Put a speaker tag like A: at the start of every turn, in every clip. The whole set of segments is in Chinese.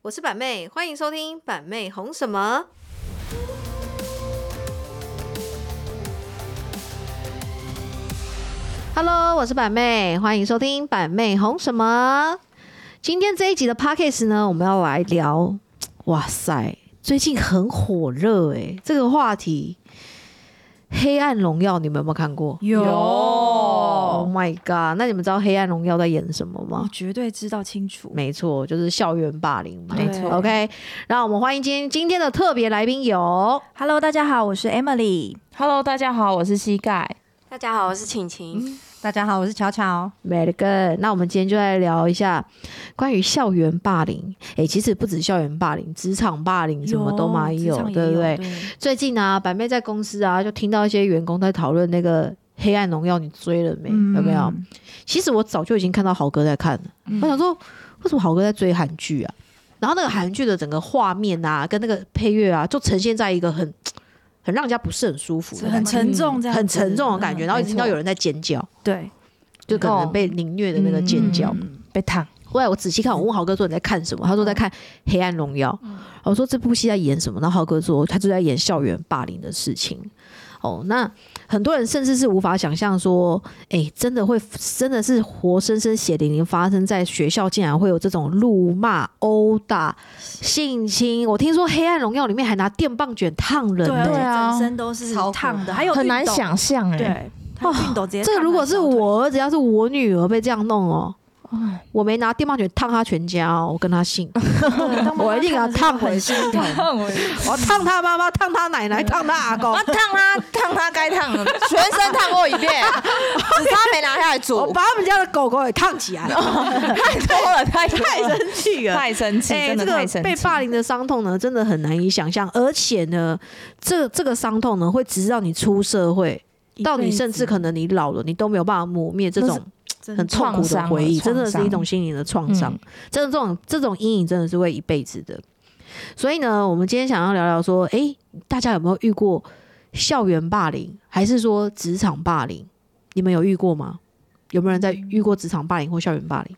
A: 我是板妹，欢迎收听板妹红什么。Hello，我是板妹，欢迎收听板妹红什么。今天这一集的 Pockets 呢，我们要来聊，哇塞，最近很火热诶、这个话题，《黑暗荣耀》你们有没有看过？Oh
B: 有，
A: my god！那你们知道《黑暗荣耀》在演什么吗
B: 我？哦绝对知道清楚。
A: 没错，就是校园霸凌嘛。
B: 没错
A: OK，那我们欢迎今天今天的特别来宾有，
B: Hello，大家好，我是 Emily。
C: Hello，大家好，我是膝盖。
D: 大家好，我是晴晴。
B: 大家好，我是巧巧。
A: 美了个。那我们今天就来聊一下关于校园霸凌。诶，其实不止校园霸凌，职场霸凌什么都蛮
B: 有，职场也
A: 对不对
B: 有？？
A: 最近啊，板妹在公司啊，就听到一些员工在讨论那个《黑暗荣耀》，你追了没？
B: 嗯
A: 有嗯没有？其实我早就已经看到豪哥在看了，我想说，为什么豪哥在追韩剧啊？然后那个韩剧的整个画面啊，跟那个配乐啊，就呈现在一个很很让人家不是很舒服的感
B: 很
A: 觉、
B: 沉重，这样子
A: 很沉重的感觉，
B: 嗯
A: 然后一直
C: 没
A: 听到
C: 错
A: 有人在尖叫，
B: 对，
A: 就可能
C: 哦
B: 嗯
A: 被凌虐的那个尖叫。
C: 被烫，
A: 后来我仔细看，我问豪哥说你在看
C: 嗯
A: 什么？他说在看《黑暗荣耀》我说这部戏在演什么？然后豪哥说他就在演校园霸凌的事情。哦，那很多人甚至是无法想象说，哎、真的会，真的是活生生血淋淋发生在学校，竟然会有这种辱骂、殴打、性侵。我听说《黑暗荣耀》里面还拿电棒卷烫人、呢。
B: 而且
C: 对啊
B: 整身都是
D: 超酷
B: 烫的，还有
C: 很
B: 熨
C: 难
B: 斗，
C: 想象哎、
B: 对，还有熨斗直接
A: 哦
B: 烫到小腿。
A: 这个如果是我儿子，要是我女儿被这样弄哦，
C: 哎
A: 我没拿电棒卷烫他全家哦，我跟他姓，
B: 对，当妈妈
A: 我一定给他烫
B: 真的
A: 回
B: 是
A: 心
B: 很
A: 疼。
C: 我
A: 我要烫他妈妈，烫他奶奶，烫他阿公
C: 要，烫他，烫他该烫的，全身烫过一遍， 只差没拿下来煮
A: 我 把他们家的狗狗也烫起来。
C: 太多了，太多了
A: 太生气了，
C: 太生气，
A: 哎
C: 真
A: 这
C: 的
A: 个
C: 太生气。
A: 被霸凌的伤痛呢，真的很难以想象，而且呢，这这个伤痛呢，会直到你出社会，
B: 一辈子
A: 到你甚至可能你老了，你都没有办法磨灭这种
B: 真的
A: 很痛苦的回忆，真
C: 创伤
A: 的是一种心灵的创伤
C: 嗯。
A: 真的这种这种阴影真的是会一辈子的。所以呢，我们今天想要聊聊说，诶，大家有没有遇过校园霸凌，还是说职场霸凌？你们有遇过吗？有没有人在遇过职场霸凌或校园霸凌？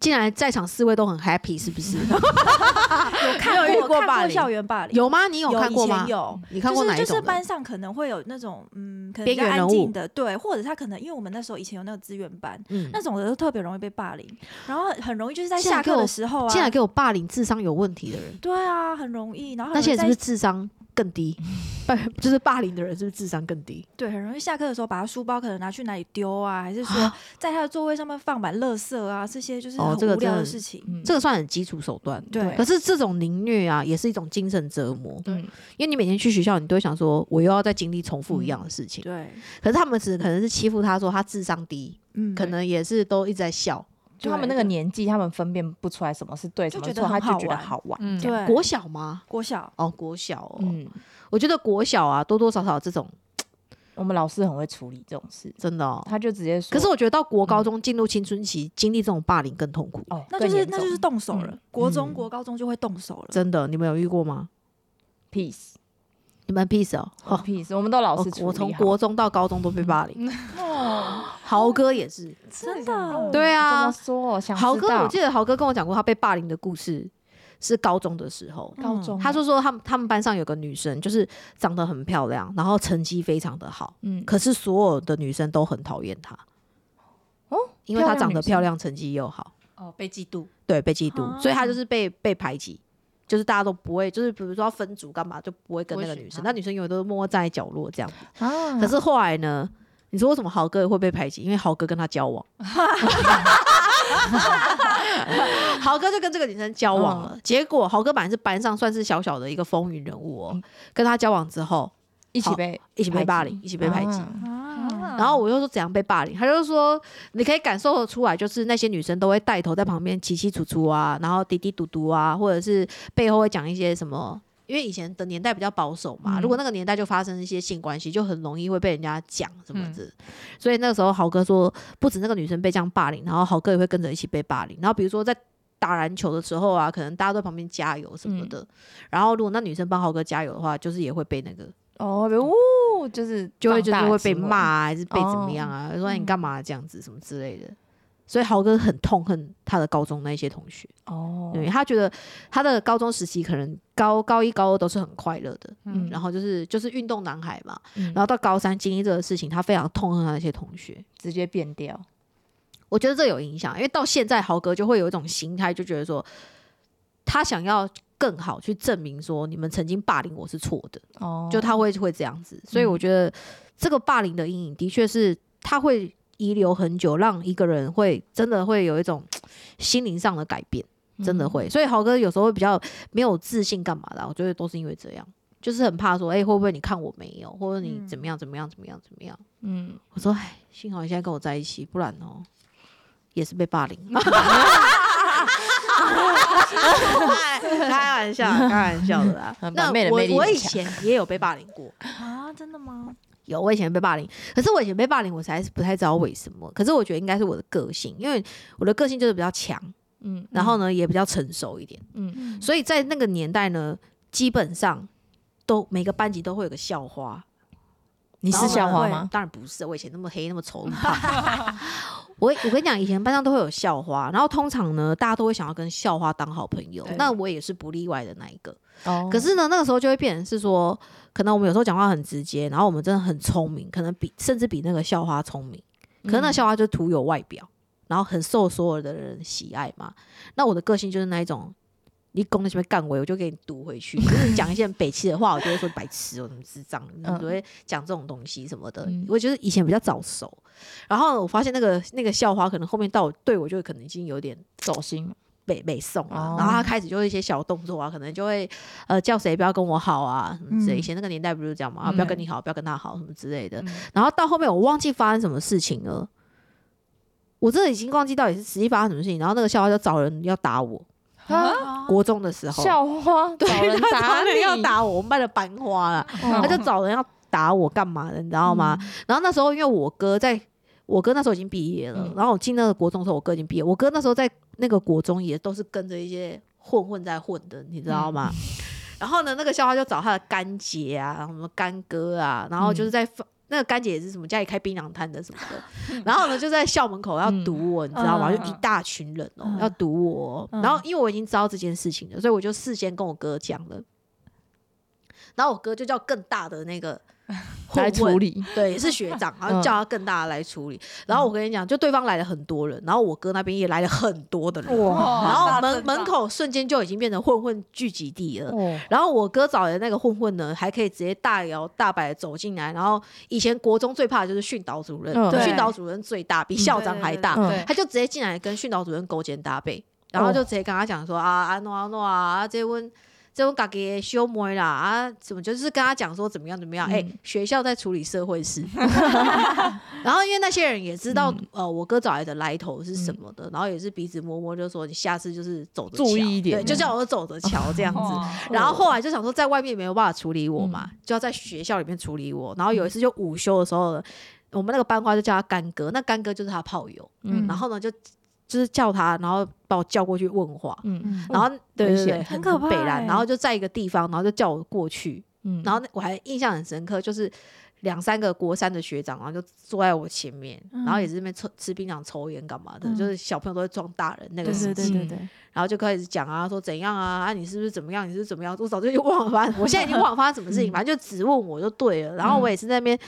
A: 竟然在场四位都很 happy，是不 是？
B: 有看
A: 没有遇
B: 过
A: 过
B: 看
A: 霸
B: 过
A: 凌
B: 校园霸凌，
A: 有吗？你有
B: 有
A: 看过
B: 以
A: 吗
B: 前？有，
A: 你看过哪一种
B: 就是
A: 的？
B: 就是班上可能会有那种嗯，可能
A: 边
B: 比较
A: 缘人
B: 安
A: 物
B: 静的，对，或者他可能因为我们那时候以前有那个资源班，
A: 嗯
B: 那种的都特别容易被霸凌，然后很容易就是在
A: 竟然
B: 下
A: 给
B: 课
A: 我
B: 的时候
A: 竟然
B: 啊，
A: 给我霸凌智商有问题的人，
B: 对啊，很容易，然后
A: 那
B: 很容
A: 些
B: 易
A: 人是
B: 在
A: 不是智商更低？霸 就是霸凌的人是不是智商更低？
B: 对，很容易下课的时候把他书包可能拿去哪里丢啊，还是说在他的座位上面放满垃圾啊，这些就是
A: 哦
B: 很
A: 这个
B: 无聊
A: 真的
B: 的事情。
C: 嗯
A: 这个算很基础手段。
B: 对
A: 可是这种凌虐啊，也是一种精神折磨，
C: 嗯
A: 因为你每天去学校，你都会想说，我又要再经历重复一样的事情。
B: 对，
A: 可是他们只可能是欺负他说他智商低，
B: 嗯，
A: 可能也是都一直在笑。
C: 就他们那个年纪，他们分辨不出来什么是对，
B: 就
C: 什么
B: 觉
C: 是
B: 得
C: 错，他
B: 很
C: 就觉得
B: 好
C: 好玩。
D: 嗯，
B: 对
A: 国小吗？
B: 国小
A: 哦，国小哦，
C: 嗯，
A: 我觉得国小啊，多多少少这种
C: 我们老师很会处理这种事，
A: 真的哦。
C: 他就直接说。
A: 可是我觉得到国高中进入青春期，经历这种霸凌更痛苦。
C: 哦，
B: 那就是
C: 更严
B: 那
C: 重
B: 就是动手了
C: 嗯，
B: 国中
A: 嗯
B: 国高中就会动手了。
A: 真的，你们有遇过吗？
C: peace
A: 你们 peace 哦，好
C: peace，我们都老
A: 我
C: 师处理
A: 我从
C: 好
A: 国中到高中都被霸凌，
C: 哦，
A: 豪哥也是。
B: 真的
A: 对啊
C: 怎么说？想
A: 豪哥，
C: 知道
A: 我记得豪哥跟我讲过，他被霸凌的故事是高中的时候。
C: 高中
A: 嗯他说说他们他们班上有个女生，就是长得很漂亮，然后成绩非常的好，
C: 嗯
A: 可是所有的女生都很讨厌她，
C: 哦，
A: 因为她长得漂亮，成绩又好，
D: 哦，被嫉妒，
A: 对，被嫉妒，
B: 啊
A: 所以她就是被被排挤。就是大家都不会，就是比如说要分组干嘛，就不会跟那个
D: 不会选
A: 女生，
D: 她
A: 那女生永远都是默默站在角落这样。
C: 女生啊，
A: 可是后来呢？你说为什么豪哥会被排挤？因为豪哥跟他交往， 豪哥就跟这个女生交往了。结果豪哥本来是班上算是小小的一个风云人物哦，
C: 嗯
A: 跟他交往之后
C: 一起被
A: 一起被霸凌，一起被排挤。嗯
C: 啊
B: 啊，
A: 然后我又说怎样被霸凌，他就说你可以感受得出来，就是那些女生都会带头在旁边起起楚楚啊，然后嘀嘀嘟嘟啊，或者是背后会讲一些什么。因为以前的年代比较保守嘛，
C: 嗯
A: 如果那个年代就发生一些性关系，就很容易会被人家讲什么的。所以那个时候豪哥说，不止那个女生被这样霸凌，然后豪哥也会跟着一起被霸凌。然后比如说在打篮球的时候啊，可能大家都在旁边加油什么的。然后如果那女生帮豪哥加油的话，就是也会被那个
C: 哦，比如呜，就是
A: 就会就
C: 放
A: 是
C: 大哦
A: 会被
C: 新闻嗯
A: 骂，啊，还是被怎么样啊？说你干嘛这样子什么之类的。所以豪哥很痛恨他的高中那一些同学，
C: 哦
A: 因为他觉得他的高中时期可能高高一高二都是很快乐的，
C: 嗯
A: 然后就是就是运动男孩嘛，
C: 嗯
A: 然后到高三经历这个事情，他非常痛恨他那些同学，
C: 直接变掉，
A: 我觉得这有影响，因为到现在豪哥就会有一种心态，就觉得说他想要更好去证明说你们曾经霸凌我是错的，
C: 哦
A: 就他会会这样子。所以我觉得这个霸凌的阴影的确是他会遗留很久，让一个人会真的会有一种心灵上的改变，真的会。所以豪哥有时候会比较没有自信干嘛的啊，我觉得都是因为这样。就是很怕说，哎、会不会你看我没有，或者你
B: 嗯
A: 怎么样怎么样怎么样怎么样？
C: 嗯，
A: 我说，哎，幸好你现在跟我在一起，不然哦，也是被霸凌。 开玩笑，开玩笑的啦
C: 很
A: 那
C: 把妹的
A: 我
C: 魅力
A: 我
C: 很
A: 以
C: 强
A: 前也有被霸凌过，
B: 啊，真的吗？
A: 有我以前被霸凌，可是我以前被霸凌，我实在是不太知道为什么。可是我觉得应该是我的个性，因为我的个性就是比较强，
C: 嗯，
A: 然后呢也比较成熟一点，
B: 嗯，
A: 所以在那个年代呢，基本上都每个班级都会有个校花，
C: 你
A: 然
C: 是
A: 后
C: 校
A: 呢
C: 花
A: 会
C: 吗？
A: 当然不是，我以前那么黑那么丑那么胖。 我我跟你讲，以前班上都会有校花，然后通常呢，大家都会想要跟校花当好朋友
C: 对，
A: 那我也是不例外的那一个。
C: 哦
A: 可是呢，那个时候就会变成是说，可能我们有时候讲话很直接，然后我们真的很聪明，可能比甚至比那个校花聪明。
C: 嗯
A: 可是那个校花就徒有外表，然后很受所有的人喜爱嘛。那我的个性就是那一种，你攻那什么干我，我就给你读回 去。就是你讲一些很北气的话，我就会说白痴哦，你智障，你怎么会讲这种东西什么的。
C: 嗯
A: 我觉得以前比较早熟，然后我发现那个那个校花可能后面到我对我就可能已经有点
C: 走心嘛，
A: 北北宋啊，
C: 哦
A: 然后他开始就会一些小动作啊，可能就会呃叫谁不要跟我好啊，什么之类。
B: 嗯
A: 以前那个年代不是这样嘛，啊
C: 嗯
A: 不要跟你好，不要跟他好什么之类的。
C: 嗯
A: 然后到后面我忘记发生什么事情了，我真的已经忘记到底是实际发生什么事情。然后那个校花就找人要打我，
C: 啊，
B: 啊，
A: 国中的时候，
C: 校花找人
A: 他
C: 打
A: 找人
C: 你，
A: 要打我，我们班的班花啦，
C: 哦，
B: 嗯
A: 他就找人要打我干嘛的，你知道吗？然后那时候因为我哥在，我哥那时候已经毕业了，
C: 嗯
A: 然后我进那个国中的时候，我哥已经毕业，我哥那时候在那个国中也都是跟着一些混混在混的，你知道吗？
B: 嗯
A: 然后呢，那个校花就找他的干姐啊，然后什么干哥啊，然后就是在、那个干姐也是什么家里开槟榔摊的什么 的，然后呢就在校门口要堵我，你知道吗？
B: 嗯
A: 就一大群人哦、
B: 嗯
A: 要堵我哦、
B: 嗯
A: 然后因为我已经知道这件事情了，所以我就事先跟我哥讲了。然后我哥就叫更大的那 个混
C: 来
A: 混
C: 处理，
A: 对，是学长，
B: 嗯
A: 然后叫他更大的来处理。然后我跟你讲，就对方来了很多人，然后我哥那边也来了很多的人，
C: 哇
A: 然后
B: 大
A: 门
B: 阵仗嗯
A: 门口瞬间就已经变成混混聚集地了。
C: 哦，
A: 然后我哥找的那个混混呢，还可以直接大摇大摆地走进来。然后以前国中最怕的就是训导主任，
C: 嗯
A: 训
B: 对
A: 导主任最大，比校长还大，
C: 嗯
B: 对，
A: 他就直接进来跟训导主任勾肩搭背，然后就
C: 哦
A: 直接跟他讲说、啊啊诺啊诺啊，啊这问这问家己的小妹啦啊，怎么就是跟他讲说怎么样怎么样？哎、
C: 嗯
A: 学校在处理社会 事， 然后因为那些人也知道、
C: 嗯
A: 呃我哥找来的来头是什么的，然后也是彼此摸摸就说你下次就是走着瞧
C: 注意一点嗯哦
A: 对，就叫我走着瞧这样子。然后后来就想说，在外面没有办法处理我
C: 嗯
A: 嘛，就要在学校里面处理我。然后有一次就午休的时候，我们那个班花就叫他干哥，那干哥就是他炮友。
C: 嗯
A: 然后呢就就是叫他，然后把我叫过去问话，
C: 嗯
A: 然后对
C: 危
A: 对
C: 险
A: 对，
B: 很可怕
A: 北兰，
B: 欸
A: 然后就在一个地方，然后就叫我过去，
C: 嗯
A: 然后那我还印象很深刻，就是两三个国三的学长，然后就坐在我前面，
B: 嗯
A: 然后也是那边抽吃槟榔、抽烟干嘛的，
B: 嗯
A: 就是小朋友都会装大人那
B: 对
A: 个时
B: 对
A: 期，
B: 对对对，
A: 然后就开始讲啊，说怎样啊，啊你是不是怎么样，你是不是怎么样，我早就就忘了嗯发生，我现在已经忘了发生什么事情，反正就只问我就对了。然后我也是在那边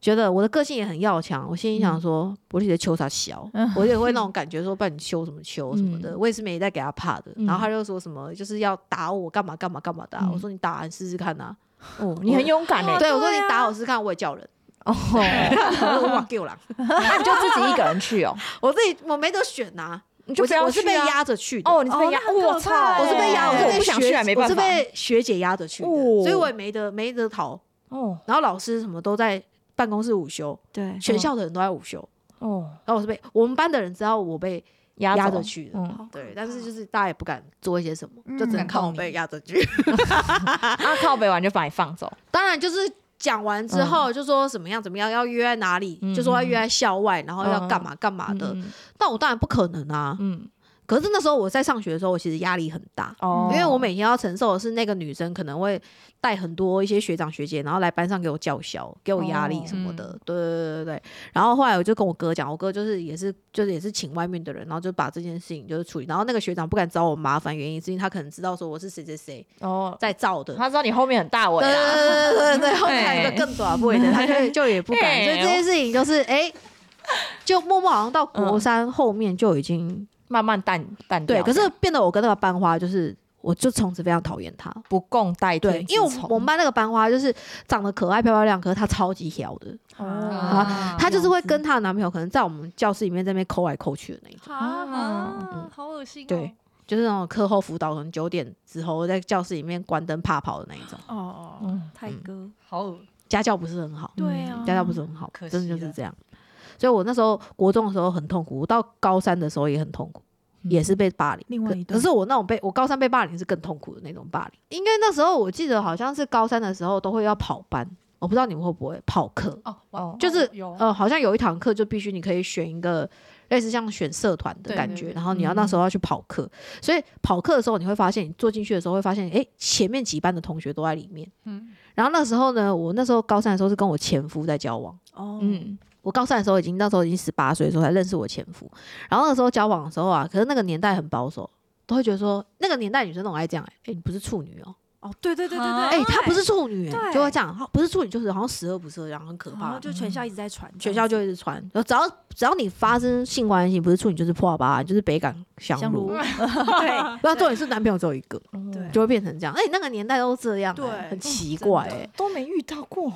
A: 觉得我的个性也很要强，我心里想说，我你的秋啥小，我也会那种感觉说，不然你秋什么秋什么的，我也是没在给他怕的。然后他就说什么就是要打我干嘛干嘛干嘛的啊，
C: 嗯
A: 我说你打完试试看呐。啊
C: 哦，你很勇敢哎，
A: 对，我说你
B: 对啊
A: 打我试试看，我也叫人，
C: 哦，
A: 我说哇给我啦，
C: 那你就自己一个人去哦，
A: 我自己我没得选呐，
C: 你就
A: 我
C: 不
A: 是
C: 要
A: 我是
C: 去
A: 被
C: 啊
A: 压着去的。
C: 哦，你是被压
B: 哦，那很
C: 我
B: 可
C: 操
B: 怕，欸
A: 我是被压，我是
B: 对
A: 被
C: 我不想去
A: 学
C: 还没办
A: 我是
C: 法，
A: 被学姐压着去的，
C: 哦
A: 所以我也没得没得逃。
C: 哦
A: 然后老师什么都在办公室午休，
B: 对，
A: 全校的人都在午休，
C: 哦，
A: 然后我是被我们班的人知道我被
C: 压
A: 压
C: 走
A: 着去的。
C: 嗯，
B: 好可
A: 对
B: 怕，
A: 但是就是大家也不敢做一些什么，
B: 嗯
A: 就只能看我
C: 敢动
A: 被
C: 你
A: 压着去。
C: 啊，靠北完就把你放 走，
A: 当然就是讲完之后就说怎么样怎么样，要约在哪里，
C: 嗯
A: 嗯就说要约在校外，然后要干嘛干嘛的。
C: 嗯
A: 但我当然不可能啊，
C: 嗯，
A: 可是那时候我在上学的时候，我其实压力很大，
B: 哦
A: 因为我每天要承受的是那个女生可能会带很多一些学长学姐，然后来班上给我叫嚣，给我压力什么的。
C: 嗯
A: 对对对对对。然后后来我就跟我哥讲，我哥就是也是就是也是请外面的人，然后就把这件事情就是处理。然后那个学长不敢找我麻烦，原因是因为他可能知道说我是谁谁谁
C: 哦，
A: 在造的。
C: 他知道你后面很大尾
A: 对
C: 啊，
A: 对对对对，后面还有一个更短位的，他就就也不敢，
C: 嘿
A: 所以这件事情就是哎、就默默好像到
C: 嗯
A: 国三后面就已经、
C: 慢慢淡淡
A: 对，
C: 掉。
A: 可是变得我跟那个班花就是，我就从此非常讨厌他，
C: 不共戴
A: 对
C: 天，之
A: 因为我
C: 仇
A: 我们班那个班花就是长得可爱漂漂亮，可是她超级挑的，
B: 啊
C: 啊
A: 她就是会跟她的男朋友可能在我们教室里面在那边抠来抠去的那种，嗯
E: 啊，好恶心哦。
A: 对就是那种课后辅导可能九点之后在教室里面关灯怕跑的那一种，
B: 哦，
C: 嗯，
B: 泰哥，
E: 好恶，
A: 家教不是很好，
B: 对啊，
A: 家教不是很好，
E: 可惜
A: 真的就
E: 了
A: 是这样。所以我那时候国中的时候很痛苦，我到高三的时候也很痛苦，也是被霸凌。
B: 嗯另外
A: 可
B: 一段
A: 可是我那种被我高三被霸凌是更痛苦的那种霸凌，因为那时候我记得好像是高三的时候都会要跑班，我不知道你们会不会跑课，
E: 哦，
C: 哦
E: 哇
A: 就是
E: 有
A: 呃，好像有一堂课就必须你可以选一个类似像选社团的
E: 对
A: 感
E: 对
A: 觉，
E: 对
A: 然后你要那时候要去跑课，所以跑课的时候你会发现，你坐进去的时候会发现，诶，前面几班的同学都在里面。
E: 嗯
A: 然后那时候呢，我那时候高三的时候是跟我前夫在交往。
B: 哦，
C: 嗯，
A: 我高三的时候已经那时候已经十八岁的时候才认识我前夫，然后那个时候交往的时候啊，可是那个年代很保守，都会觉得说那个年代女生都很爱这样、欸，哎、你不是处女哦、
B: 哦，对对对对哦对，
E: 啊
A: 哎、她不是处女、欸，
B: 对
A: 就会这样，好不是处女就是好像十恶不赦，然后很可
B: 然
A: 怕
B: 后。就全校一直在传，
A: 学校就一直传，然后只要只要你发生性关系，不是处女就是破吧，你就是北港香
B: 香
A: 炉
B: 炉，。 对
A: 不要 重点是男朋友只有一个，
C: 嗯
B: 对
A: 就会变成这样。哎、那个年代都这样、欸，
B: 对哦
A: 很奇怪、欸，
C: 都没遇到过，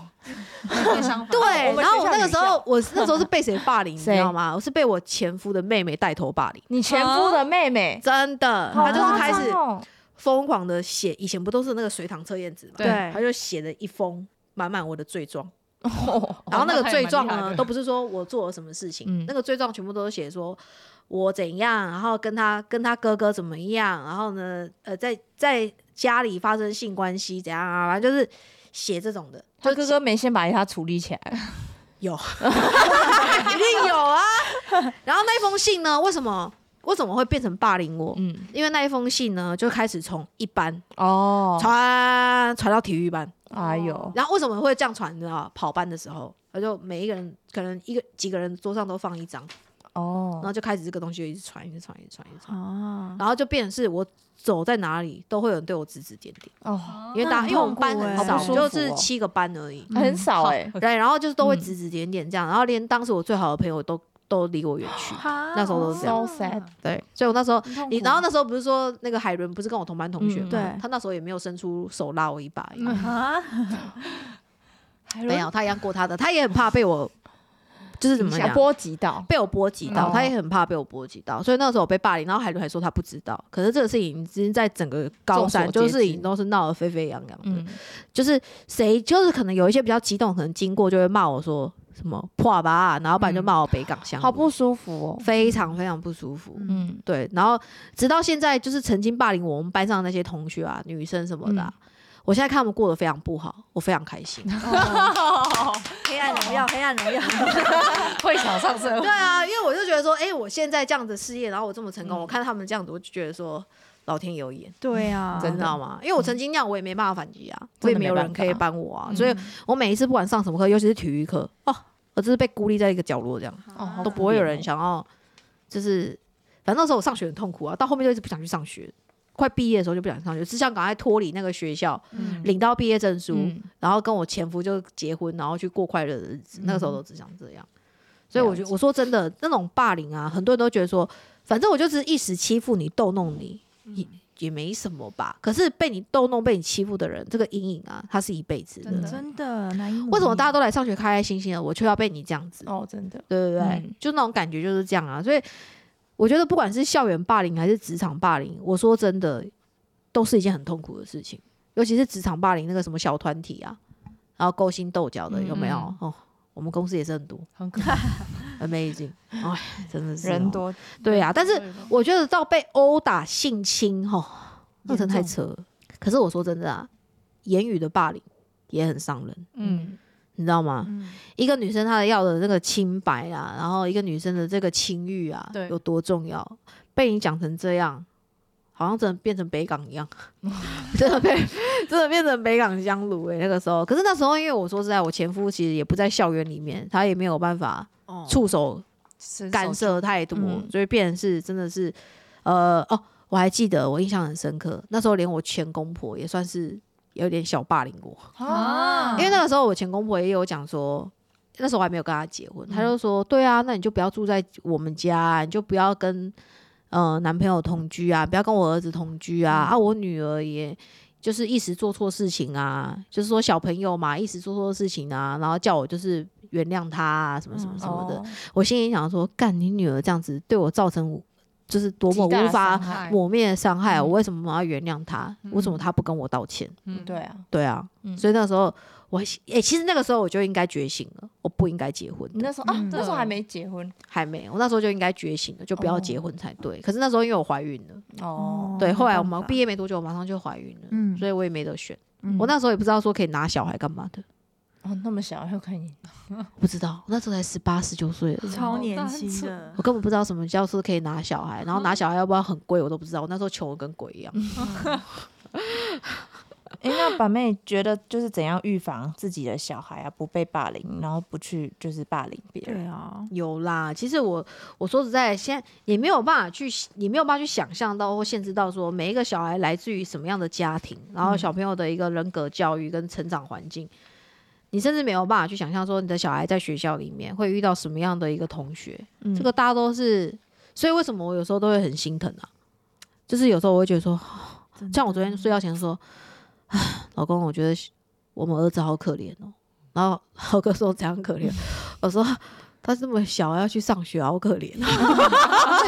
E: 电商法哦
A: 对，
B: 我们
A: 然后
B: 学
A: 我
B: 校
A: 那个
B: 女
A: 时候，我那时候是被谁霸 凌，你知
C: 谁
A: 道吗？我是被我前夫的妹妹带头霸凌，
C: 你前夫的妹妹，
A: 真
C: 哦
A: 的，她就是开始
C: 啊好夸张哦
A: 疯狂的写，以前不都是那个随堂测验纸嘛，
E: 对
C: 哎
A: 她就写了一封满满我的罪状，
C: 哦
A: 然后那个罪状
E: 那还蛮厉害
A: 呢，
E: 的
A: 都不是说我做了什么事情
C: 嗯，
A: 那个罪状全部都是写说我怎样，然后跟他跟他哥哥怎么样，然后呢，呃，在在家里发生性关系怎样啊，反正就是写这种的，
C: 他哥哥没先把他处理起来，
A: 有，一定有 啊。然后那一封信呢？为什么为什么会变成霸凌我？
C: 嗯，
A: 因为那一封信呢，就开始从一班
C: 哦，
A: 传传到体育班。
C: 哎呦，
A: 然后为什么会这样传？你知道吗跑班的时候，他就每一个人可能一个几个人桌上都放一张，然
C: 哦，
A: 后就开始这个东西就一直传，一直传，一直传，一直传，
B: 啊，
A: 然后就变成是我走在哪里都会有人对我指指点点，
C: 哦，
A: 因为大
B: 那
E: 啊
A: 家
B: 很
A: 因为我们
B: 痛
A: 班
B: 苦
A: 很
B: 欸
A: 少，
C: 好不舒
A: 就
C: 服
A: 是
C: 哦
A: 七个班而已。
C: 很少哎，
A: 对，然后就是都会
C: 嗯啊
A: 指指点点这样，然后连当时我最好的朋友都都离我远去，啊那
B: 那
A: 时候都是这样
C: so sad，
A: 对，所以我那时候
B: 很痛苦
A: 你，然后那时候不是说那个海伦不是跟我同班同学吗？
C: 嗯
B: 对
A: 他那时候也没有伸出手拉我一把，
B: 啊，
A: 没有，他一样过他的，他也很怕被我，就是怎么
C: 想
A: 讲。
C: 波及到，
A: 被我波及到，
C: 哦
A: 他也很怕被我波及到，所以那时候我被霸凌，然后海伦还说他不知道，可是这个事情已经在整个高三，
C: 众所
A: 就
C: 皆
A: 是已
C: 知
A: 经都是闹得沸沸扬扬的，
C: 嗯，
A: 就是谁就是可能有一些比较激动，可能经过就会骂我说什么破吧啊，然后不然就
C: 嗯
A: 骂我北港乡，
C: 好不舒服哦，
A: 非常非常不舒服，
C: 嗯，
A: 对，然后直到现在，就是曾经霸凌我们班上的那些同学啊，女生什么的
C: 嗯
A: 啊、我现在看他们过得非常不好，我非常开心。
B: 黑暗荣耀，黑暗荣耀，
E: 会场上升
A: 对 啊，因为我就觉得说，哎、我现在这样的事业，然后我这么成
C: 嗯
A: 功，我看他们这样子，我就觉得说，老天有眼，
B: 对啊，
A: 真的哦吗？因为我曾经那样，我也没办法反击啊，我
C: 嗯真
A: 也
C: 的
A: 没
C: 没
A: 有人
C: 办
A: 可以
C: 法
A: 帮我啊，
C: 嗯
A: 所以我每一次不管上什么课，尤其是体育课，哦，我就是被孤立在一个角落这样。
C: 哦，好
A: 都不会有人
C: 可怜哦
A: 想要，就是反正那时候我上学很痛苦啊，到后面就一直不想去上学，快毕业的时候就不想上学，只想赶快脱离那个学校，
E: 嗯
A: 领到毕业证书，
C: 嗯
A: 然后跟我前夫就结婚，然后去过快乐的日子。那个时候都只想这样，所以我觉
C: 了
A: 得我说真的，那种霸凌啊，很多人都觉得说，反正我就只是一时欺负你、逗弄你，也也没什么吧。可是被你逗弄、被你欺负的人，这个阴影啊，他是一辈子的。
E: 真的
B: 真的难以努力。
A: 为什么大家都来上学开开心心的，我却要被你这样子？
C: 嗯哦，真的，
A: 对对对，
C: 嗯
A: 就那种感觉就是这样啊。所以我觉得，不管是校园霸凌还是职场霸凌，我说真的，都是一件很痛苦的事情。尤其是职场霸凌那个什么小团体啊，然后勾心斗角的，
C: 嗯
A: 有没有？
C: 嗯
A: 哦，我们公司也是很多
C: 很可怜
A: ，amazing，哎，真的是哦
C: 人。多，
A: 对啊，但是我觉得到被殴打、性侵，吼、那真的太
C: 严重
A: 扯了。可是我说真的啊，言语的霸凌也很伤人，
C: 嗯，
A: 你知道吗？
B: 嗯？
A: 一个女生她的要的那个清白啊，然后一个女生的这个清誉啊，
E: 对
A: 有多重要？被你讲成这样，好像真的变成北港一样，真的被真的变成北港香炉哎、那个时候，可是那时候因为我说实在，我前夫其实也不在校园里面，他也没有办法
B: 哦
A: 触手
B: 嗯
A: 干涉太多，所以变成是真的是，呃，哦，我还记得，我印象很深刻，那时候连我前公婆也算是有点小霸凌我，
E: 啊，
C: 嗯
A: 因为那个时候我前公婆也有讲说，那时候我还没有跟他结婚，他
C: 嗯
A: 就说，对啊，那你就不要住在我们家、啊，你就不要跟呃男朋友同居啊，不要跟我儿子同居啊，
C: 嗯
A: 啊，我女儿也。就是一时做错事情啊，就是说小朋友嘛，一时做错事情啊，然后叫我就是原谅他啊，什么什
C: 嗯
A: 么什么
C: 哦
A: 的。我心里想说，干你女儿这样子对我造成就是多么
C: 极大的
A: 无法
C: 伤害嗯
A: 抹灭的伤害，啊
E: 嗯
A: 我为什么要原谅她？为什么她不跟我道歉？
E: 嗯
C: 对，啊，
A: 对啊，
C: 嗯
A: 所以那时候我哎、其实那个时候我就应该觉醒了，我不应该结婚
C: 你
A: 的，
C: 那时候啊，
E: 嗯
C: 那时候还没结婚
A: 还没，我那时候就应该觉醒了，就不
B: 哦
A: 要结婚才对。可是那时候因为我怀孕了，
C: 哦，
A: 对，后来我
B: 没办
A: 们
B: 法
A: 毕业没多久，我马上就怀孕了，
B: 嗯
A: 所以我也没得选。
B: 嗯
A: 我那时候也不知道说可以拿小孩干嘛的，
C: 哦，那么小就可以，
A: 不知道，我那时候才十八十九岁而已。
B: 超年轻的
A: 我，根本不知道什么叫是可以拿小孩，
B: 嗯
A: 然后拿小孩要不要很贵，我都不知道。我那时候穷的跟鬼一样。
C: 哎，那板妹觉得就是怎样预防自己的小孩啊不被霸凌，然后不去就是霸凌别人，
B: 对啊，
A: 有啦，其实我我说实在，现在也没有办法去，也没有办法去想象到或限制到说每一个小孩来自于什么样的家庭，然后小朋友的一个人格教育跟成长环境，你甚至没有办法去想象说你的小孩在学校里面会遇到什么样的一个同学，
C: 嗯
A: 这个大家都是，所以为什么我有时候都会很心疼啊？就是有时候我会觉得说，像我昨天睡觉前说，唉老公，我觉得我们儿子好可怜哦。然后豪哥说怎样可 怜？我说他这么小要去上学，好可怜。哦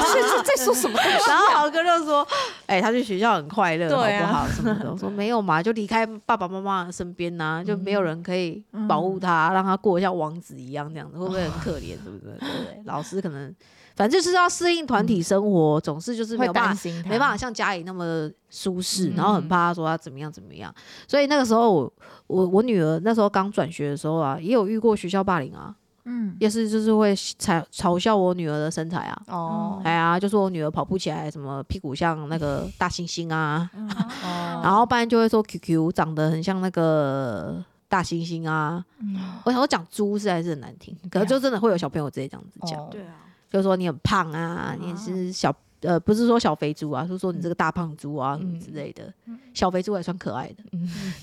C: 这 在说什么？啊
A: 然后豪哥就说：“哎、他去学校很快乐，
C: 对啊
A: 好不好？什么的。”我说：“没有嘛，就离开爸爸妈妈的身边呐、就
C: 嗯
A: 没有人可以
B: 嗯
A: 保护他，让他过得像王子一样，这样子会不会很可怜？是不是？对不对？老师可能反正就是要适应团体生活，总是就是没
C: 嗯会
A: 有办法
C: 担心他，
A: 没办法像家里那么舒适，
E: 嗯
A: 然后很怕他说他怎么样怎么样。所以那个时候我我我女儿那时候刚转学的时候啊，也有遇过学校霸凌啊，
B: 嗯，
A: 也是就是会嘲嘲笑我女儿的身材啊。
C: 哦
A: 哎呀，就说我女儿跑步起来，什么屁股像那个大猩猩啊，
B: 嗯
C: 哦，
A: 然后不然就会说 QQ 长得很像那个大猩猩啊。
C: 嗯
A: 我想说讲猪实在是很难听，可是就真的会有小朋友直接这样子讲。
C: 啊哦
B: 对啊，
A: 就说你很胖啊，你也是小呃，不是说小肥猪啊，是说你
C: 嗯
A: 这个大胖猪啊、什么之类的。小肥猪还算可爱的，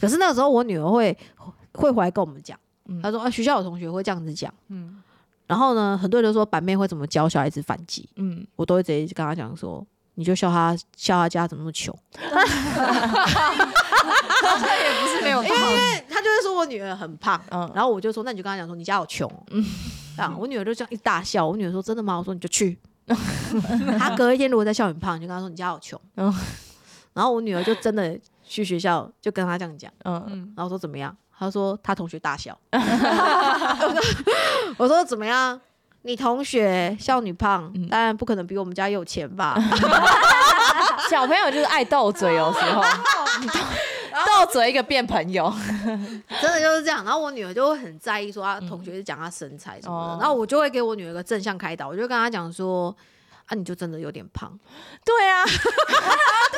A: 可是那个时候我女儿会会回来跟我们讲，
C: 嗯
A: 她说啊，学校有同学会这样子讲，然后呢，很多人都说板妹会怎么教小孩子反击，
C: 嗯，
A: 我都会直接跟她讲说。你就笑他，笑他家怎么那么穷，
E: 不是没有
C: 哎
E: 道理，
A: 对他就会说我女儿很胖，
C: 嗯
A: 然后我就说那你就跟他讲说你家好穷哦，这样我女儿就这样一大笑，我女儿说真的吗？我说你就去，她隔一天如果再笑很胖，你就跟她说你家好穷
C: 嗯，
A: 然后我女儿就真的去学校就跟她这样讲，
C: 嗯
A: 然后我说怎么样？她说她同学大笑，我说怎么样？你同学笑你胖，当然不可能比我们家有钱吧？
C: 小朋友就是爱斗嘴，有时 候斗嘴一个变朋友，
A: 真的就是这样。然后我女儿就会很在意，说她同学是讲她身材什么的，
C: 嗯哦
A: 然后我就会给我女儿一个正向开导，我就跟她讲说。啊，你就真的有点胖，
C: 对 啊，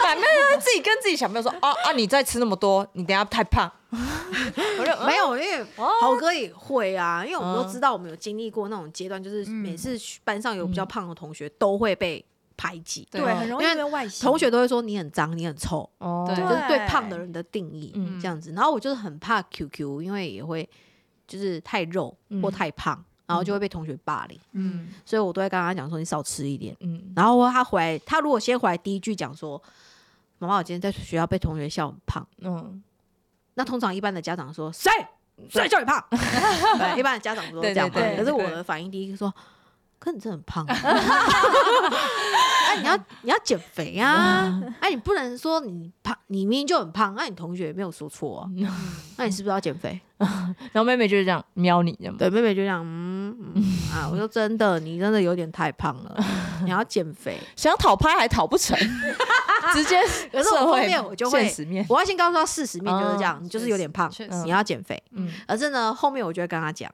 C: 反正就是自己跟自己小朋友说，哦啊，你再吃那么多，你等一下太胖。我 就哦
A: 没有，因为豪哥也会啊，因为我们
C: 嗯
A: 都知道，我们有经历过那种阶段，就是
B: 嗯
A: 每次班上有
C: 嗯
A: 比较胖的同学都会被排挤，
E: 对
B: 对，
C: 啊
B: 很容易
A: 因为
B: 哦因为外形，
A: 同学都会说你很脏，你很臭，
C: 哦
E: 对
A: 就是对
B: 对
A: 胖的人的定义
C: 嗯
A: 这样子。然后我就是很怕 QQ，因为也会就是太肉
C: 嗯
A: 或太胖，然后就会被同学霸凌，
B: 嗯，
A: 所以我都会跟他讲说你少吃一点。
C: 嗯，
A: 然后他回来，他如果先回来第一句讲说：“妈妈，我今天在学校被同学笑很胖。
C: 嗯，”
A: 那通常一般的家长说：“谁谁叫你 胖？”对，一般的家长不都这样吗？
C: 对对对
A: 可是我
C: 对
A: 的反应第一个说：“可你真的很 胖、啊，哎、你要你要减肥啊！
C: 嗯
A: 哎、你不能说你胖，你明明就很胖，那、你同学也没有说错啊，
C: 嗯
A: 那你是不是要减肥？”
C: 然后妹妹就是这样瞄你，这样吗？
A: 对，妹妹就讲：“嗯嗯啊，我说真的，你真的有点太胖 了，你要减肥。”
C: 想讨拍还讨不 成，直接
A: 可是我
C: 社
A: 后
C: 会
A: 面我就会
C: 现实面，
A: 我要先告诉他事实面就是这样，
E: 嗯
A: 你就是有点胖
E: 确，
C: 实
A: 你要减肥。
C: 嗯
A: 而是呢，后面我就会跟他讲，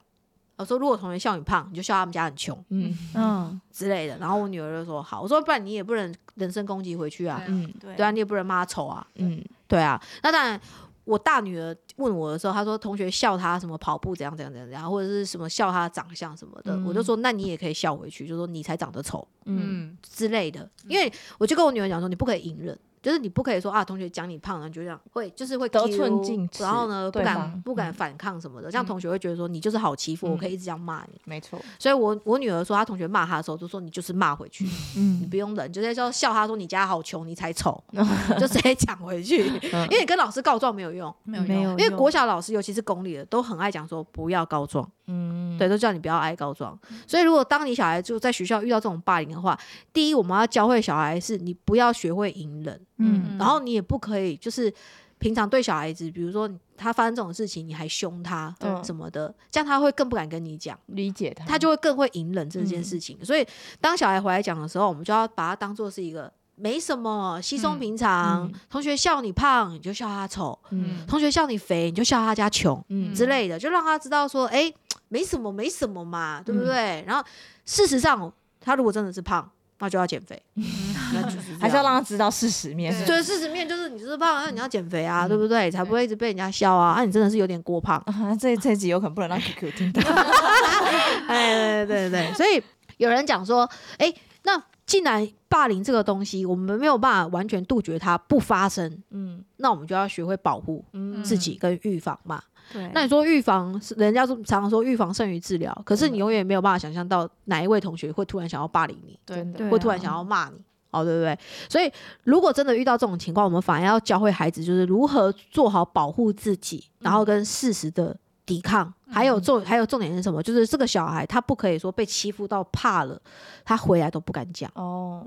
A: 我说如果同学笑你胖，你就笑他们家很穷
C: 嗯
B: 嗯，
A: 之类的。然后我女儿就说好，我说不然你也不能人身攻击回去啊，
C: 嗯
B: 对
A: 对啊，你也不能骂他丑啊，
C: 嗯，
A: 对啊。那当然，我大女儿问我的时候，她说同学笑她什么跑步怎样怎样怎样怎样，或者是什么笑她长相什么的，
C: 嗯
A: 我就说那你也可以笑回去，就说你才长得丑
C: 嗯
A: 之类的。因为我就跟我女儿讲说，你不可以隐忍。就是你不可以说啊，同学讲你胖，然后就这样会，就是会
C: 得
A: Q，
C: 寸进尺
A: 然后呢，不
C: 对
A: 敢
C: 方
A: 不敢反抗什么的，这样同学会觉得说你就是好欺负，我
C: 嗯
A: 可以一直这样骂你。
C: 没错，
A: 所以我我女儿说，她同学骂她的时候，就说你就是骂回去， 你
C: 嗯
A: 不用忍，就是要笑她说你家好穷，你才 丑，就直接讲回去，因为你跟老师告状没有用，
B: 没有
C: 嗯没有
B: 用
A: 因为国小老师尤其是公立的都很爱讲说不要告状，
C: 嗯，
A: 对，都叫你不要挨告状。所以如果当你小孩就在学校遇到这种霸凌的话，第一我们要教会小孩是你不要学会隐忍，
B: 嗯
A: 然后你也不可以就是平常对小孩子，比如说他发生这种事情，你还凶他
C: 对
A: 什么的，这样他会更不敢跟你讲。
C: 理解他，
A: 他就会更会隐忍这
C: 嗯
A: 件事情。所以当小孩回来讲的时候，我们就要把它当做是一个没什么，稀松平常。
C: 嗯
A: 同学笑你胖，你就笑他丑；
C: 嗯
A: 同学笑你肥，你就笑他家穷、
C: 嗯
A: 之类的，就让他知道说，哎、没什么，没什么嘛，对不对？然后事实上，他如果真的是胖。那就要减肥， 那就是这
C: 还是要
A: 样
C: 让他知道事实面。
E: 对
A: 对事实面就是你就是胖，那你要减肥啊，
C: 嗯
A: 对不对？才不会一直被人家笑啊。啊，你真的是有点过 胖，
C: 啊，这这集有可能不能 让 QQ 听到。
A: 哎，对对对，所以有人讲说，哎，那既然霸凌这个东西，我们没有办法完全杜绝它不发生，
C: 嗯
A: 那我们就要学会保护
C: 嗯
A: 自己跟预防嘛。
B: 对，
A: 那你说预防是，人家说常常说预防胜于治疗，可是你永远没有办法想象到哪一位同学会突然想要霸凌你，
C: 对
E: 真的
B: 对
A: 会突然想要骂你。哦，对不对？所以如果真的遇到这种情况，我们反而要教会孩子，就是如何做好保护自己，然后跟事实的抵抗。还有重，还有重点是什么？就是这个小孩他不可以说被欺负到怕了，他回来都不敢讲。
C: 哦，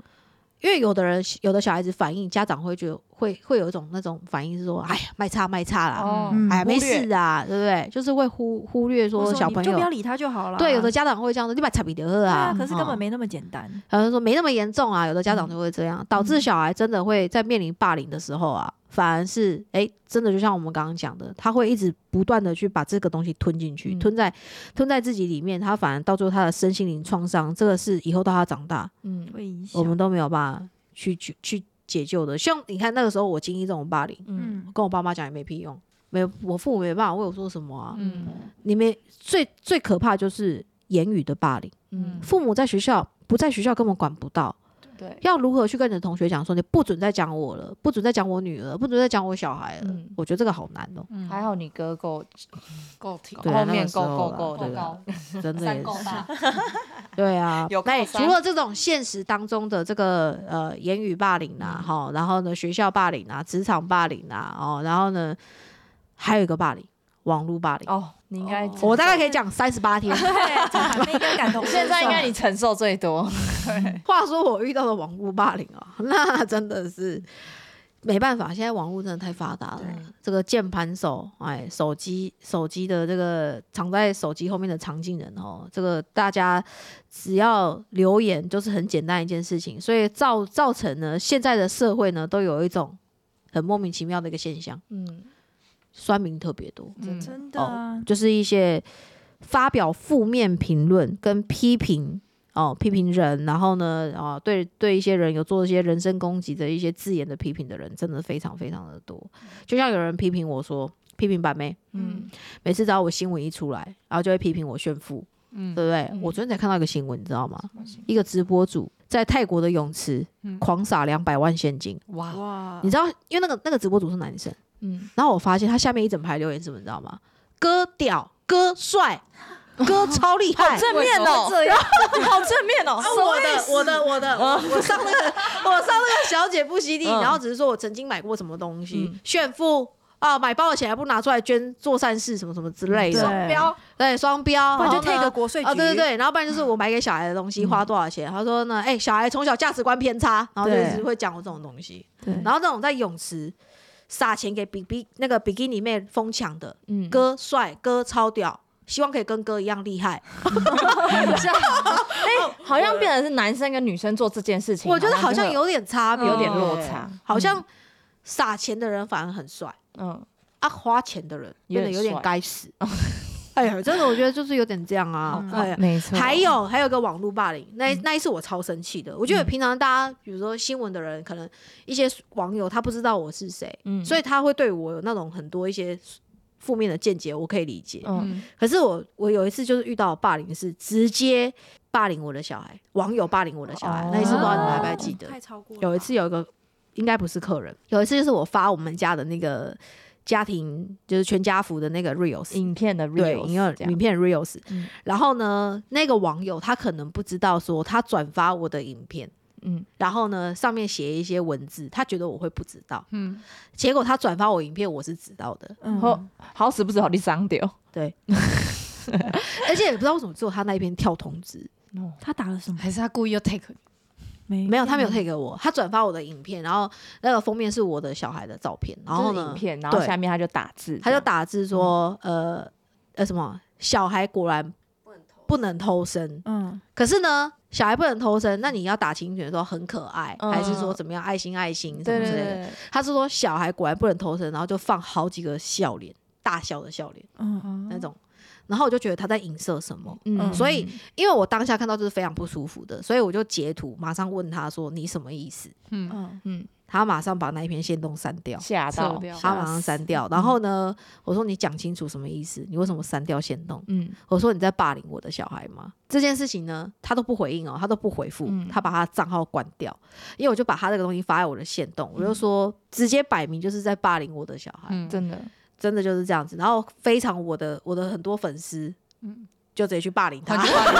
A: 因为有的人，有的小孩子反应，家长会觉得会会有一种那种反应是说，哎呀，卖差卖差啦，
C: 哦
B: 嗯
A: 哎呀，
C: 忽
A: 没
C: 略
A: 事啊，对不对？就是会忽忽略
B: 我
A: 说
B: 说
A: 小
B: 你
A: 朋
B: 就不要
A: 友。
B: 理他就好了。
A: 对，有的家长会这样说，你把差比得喝
B: 对
A: 啊
B: 啊，，可是根
A: 嗯
B: 本没那嗯么简单。
A: 然后说没那么严重啊，有的家长就会这样，导致小孩真的会在面临霸凌的时候啊，反而是哎，真的就像我们刚刚讲的，他会一直不断的去把这个东西吞进去，
C: 嗯
A: 吞在吞在自己里面，他反而到最后他的身心灵创伤，这个是以后到他长大，
C: 嗯
B: 会影响
A: 我们都没有办法去去去解救的。像你看那个时候我经历这种霸凌，
C: 嗯
A: 我
B: 嗯
A: 跟我爸妈讲也没屁用，没有我父母没办法为我做什么啊。
C: 嗯
A: 你们最最可怕就是言语的霸凌，
C: 嗯，
A: 父母在学校不在学校根本管不到。
C: 对，
A: 要如何去跟你的同学讲说，你不准再讲我了，不准再讲我女儿，不准再讲我小孩了？
C: 嗯
A: 我觉得这个好难哦、
E: 嗯
C: 还好你哥够
E: 够挺
A: 对啊
C: 后
A: 那个
C: 面
A: 时
C: 够
A: 候
C: 够
A: 啦
C: 够
A: 对
C: 够
A: 啊
C: 高，
A: 真的
E: 三
A: 也
E: 够
A: 是，
E: 大，
A: 对啊。
C: 有
A: 那
C: 够
A: 除
C: 三
A: 了这种现实当中的这个呃言语霸凌啊，哈、然后呢学校霸凌啊，职场霸凌啊，哦，然后呢还有一个霸凌，网络霸凌。
C: 哦，你应该
B: 哦
A: 我大概可以讲三十八天。
B: 对，这场面应该感同身受。
C: 现在应该你承受最多，
A: 话说我遇到的网络霸凌啊， 那真的是没办法，现在网络真的太发达了
C: 对。
A: 这个键盘手，哎，手机手机的这个藏在手机后面的常进人哦，这个大家只要留言就是很简单一件事情，所以造造成呢现在的社会呢都有一种很莫名其妙的一个现象，
C: 嗯
A: 酸民特别多。
C: 嗯
B: 真的啊，
A: 就是一些发表负面评论跟批评哦，批评人，然后呢，啊，对对一些人有做一些人身攻击的一些字眼的批评的人，真的非常非常的多。就像有人批评我说，批评板妹，
C: 嗯
A: 每次只要我新闻一出来，然后就会批评我炫富，
E: 嗯
A: 对不对？
C: 嗯
A: 我昨天才看到一个新闻，你知道吗？一个直播主在泰国的泳池
E: 嗯
A: 狂撒两百万现金，
C: 哇
B: 啊哇
A: 你，知道，因为那个那个直播主是男生。
C: 嗯
A: 然后我发现他下面一整排留言是什么，你知道吗？哥屌，哥帅，哥超厉害。
C: 正面哦，
B: 哦这样
C: 好正面哦，
A: 我的我的我的，我我上那个哦 我上那个小姐不犀利，
C: 嗯
A: 然后只是说我曾经买过什么东西
C: 嗯，
A: 炫富啊，买包的钱还不拿出来捐做善事什么什么之类的，
B: 双标，
A: 对双标，
B: 哦不然就
A: 然后呢
B: take 个嗯国税局。
A: 啊，对对对，然后不然就是我买给小孩的东西花多少钱，他说呢，哎、小孩从小价值观偏差，然后就
B: 对
A: 一直会讲我这种东西，
B: 对
A: 然后那种在泳池撒钱给比比那个比基尼妹疯抢的，
C: 嗯
A: 哥帅哥超屌，希望可以跟哥一样厉害，
C: 哎好像变成是男生跟女生做这件事情，
A: 我觉得好像有点差别，哦
C: 有点落差，
A: 好像撒钱的人反而很帅
C: 嗯，
A: 啊，花钱的人变得有
C: 有点
A: 点
C: 帅
A: 该死。哎呀，真的，我觉得就是有点这样啊。哎呀，
C: 没错嗯
A: 还有还有一个网络霸凌，那那一次我超生气的。我觉得平常大家，比如说新闻的人，可能一些网友他不知道我是谁，
C: 嗯
A: 所以他会对我有那种很多一些负面的见解，我可以理解。
C: 嗯，
A: 可是我我有一次就是遇到霸凌，是直接霸凌我的小孩，网友霸凌我的小孩。
C: 哦
A: 那一次不知道你们还不还记得？
B: 太超过了吧
A: 有一次有一个应该不是客人，有一次就是我发我们家的那个家庭就是全家福的那个 reels，
C: 影片的 reels
A: 对，因为
C: 这样
A: 影片 reels，、
C: 嗯
A: 然后呢，那个网友他可能不知道说他转发我的影片，
C: 嗯
A: 然后呢上面写一些文字，他觉得我会不知道，
E: 嗯，
A: 结果他转发我影片我是知道的，
C: 好
B: 嗯，
C: 好死不死好你伤掉，
A: 对，而且也不知道为什么只有他那一篇跳通知，
B: 他打了
A: 嗯
B: 什么？
E: 还是他故意要 take 你
B: 没
A: 没有他没有退给我，他转发我的影片，然后那个封面是我的小孩的照片，然后
C: 就
A: 呢
C: 是影片，然后
A: 对
C: 下面他就打字，
A: 他就打字说，
C: 嗯
A: 呃呃什么，小孩果然不能偷生。
B: 嗯，
A: 可是呢，小孩不能偷生，那你要打情绪说很可爱，
C: 嗯
A: 还是说怎么样爱心爱心什
C: 对
A: 么
C: 对
A: 之类
C: 对
A: 的？
C: 对，
A: 他是说小孩果然不能偷生，然后就放好几个笑脸，大笑的笑脸
B: 嗯
A: 那种。然后我就觉得他在影射什么，
C: 嗯
A: 所以因为我当下看到就是非常不舒服的，所以我就截图马上问他说你什么意思？
E: 嗯，
B: 嗯
A: 他马上把那一篇线动删掉。
C: 吓
E: 撤
C: 到，
E: 掉
A: 他马上删掉。然后呢，我说你讲清楚什么意思？你为什么删掉限动？
C: 嗯
A: 我说你在霸凌我的小孩吗？这件事情呢，他都不回应哦，他都不回复，
C: 嗯
A: 他把他账号关掉，因为我就把他这个东西发在我的限动，我
C: 嗯
A: 就说直接摆明就是在霸凌我的小孩，
E: 嗯
C: 真的，
A: 真的就是这样子。然后非常我的我的很多粉丝，
E: 嗯
A: 就直接去霸凌他
E: 换。句话 说，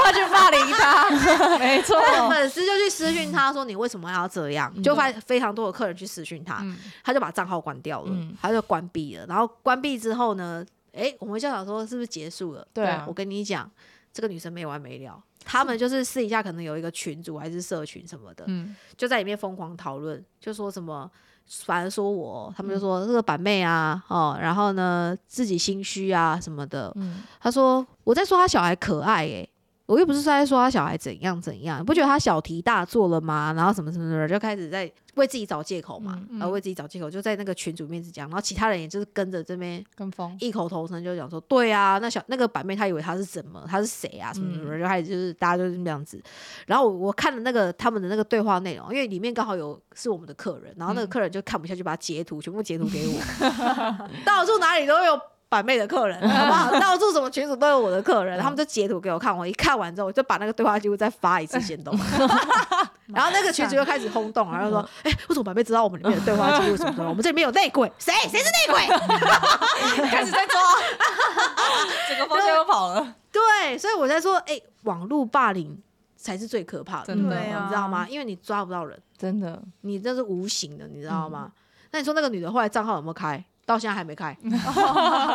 C: 他去霸凌他， 没错，
A: 他的粉丝就去私讯他说：“你为什么要这样？”
E: 嗯
A: 就发非常多的客人去私讯他，他就把账号关掉了，
C: 嗯
A: 他就关闭了。然后关闭之后呢，诶，我们就想说是不是结束了？
C: 对啊
A: 我跟你讲，这个女生没完没了。他们就是私底下可能有一个群组还是社群什么的，
E: 嗯
A: 就在里面疯狂讨论，就说什么，反正说我，他们就
E: 嗯
A: 说这个板妹啊，哦，然后呢自己心虚啊什么的。
C: 嗯
A: 他说我在说他小孩可爱诶、我又不是在说他小孩怎样怎样，你不觉得他小题大做了吗？然后什么什么什么，就开始在为自己找借口嘛，
E: 嗯
A: 然后为自己找借口，就在那个群主面子讲，然后其他人也就是跟着这边
E: 跟风，
A: 异口同声就讲说，对啊，那小那个板妹她以为她是什么，她是谁啊，什么什么，就开始就是大家就是那样子。然后我我看了那个他们的那个对话内容，因为里面刚好有是我们的客人，然后那个客人就看不下去，把它截图全部截图给我，到处哪里都有。板妹的客人，好不好？到处什么群组都有我的客人，他们就截图给我看，我一看完之后，我就把那个对话记录再发一次先动， 然后那个群主又开始轰动，然后就说：“哎、为什么板妹知道我们里面的对话记录什么什么？我们这里面有内鬼，谁谁是内鬼？”
C: 开始在抓，整个方向又跑了，
A: 对，所以我在说，哎、网络霸凌才是最可怕的，
E: 真的
B: 对啊
A: 你知道吗？因为你抓不到人，
C: 真的，
A: 你这是无形的，你知道吗？那你说那个女的后来账号有没有开？到现在还没开，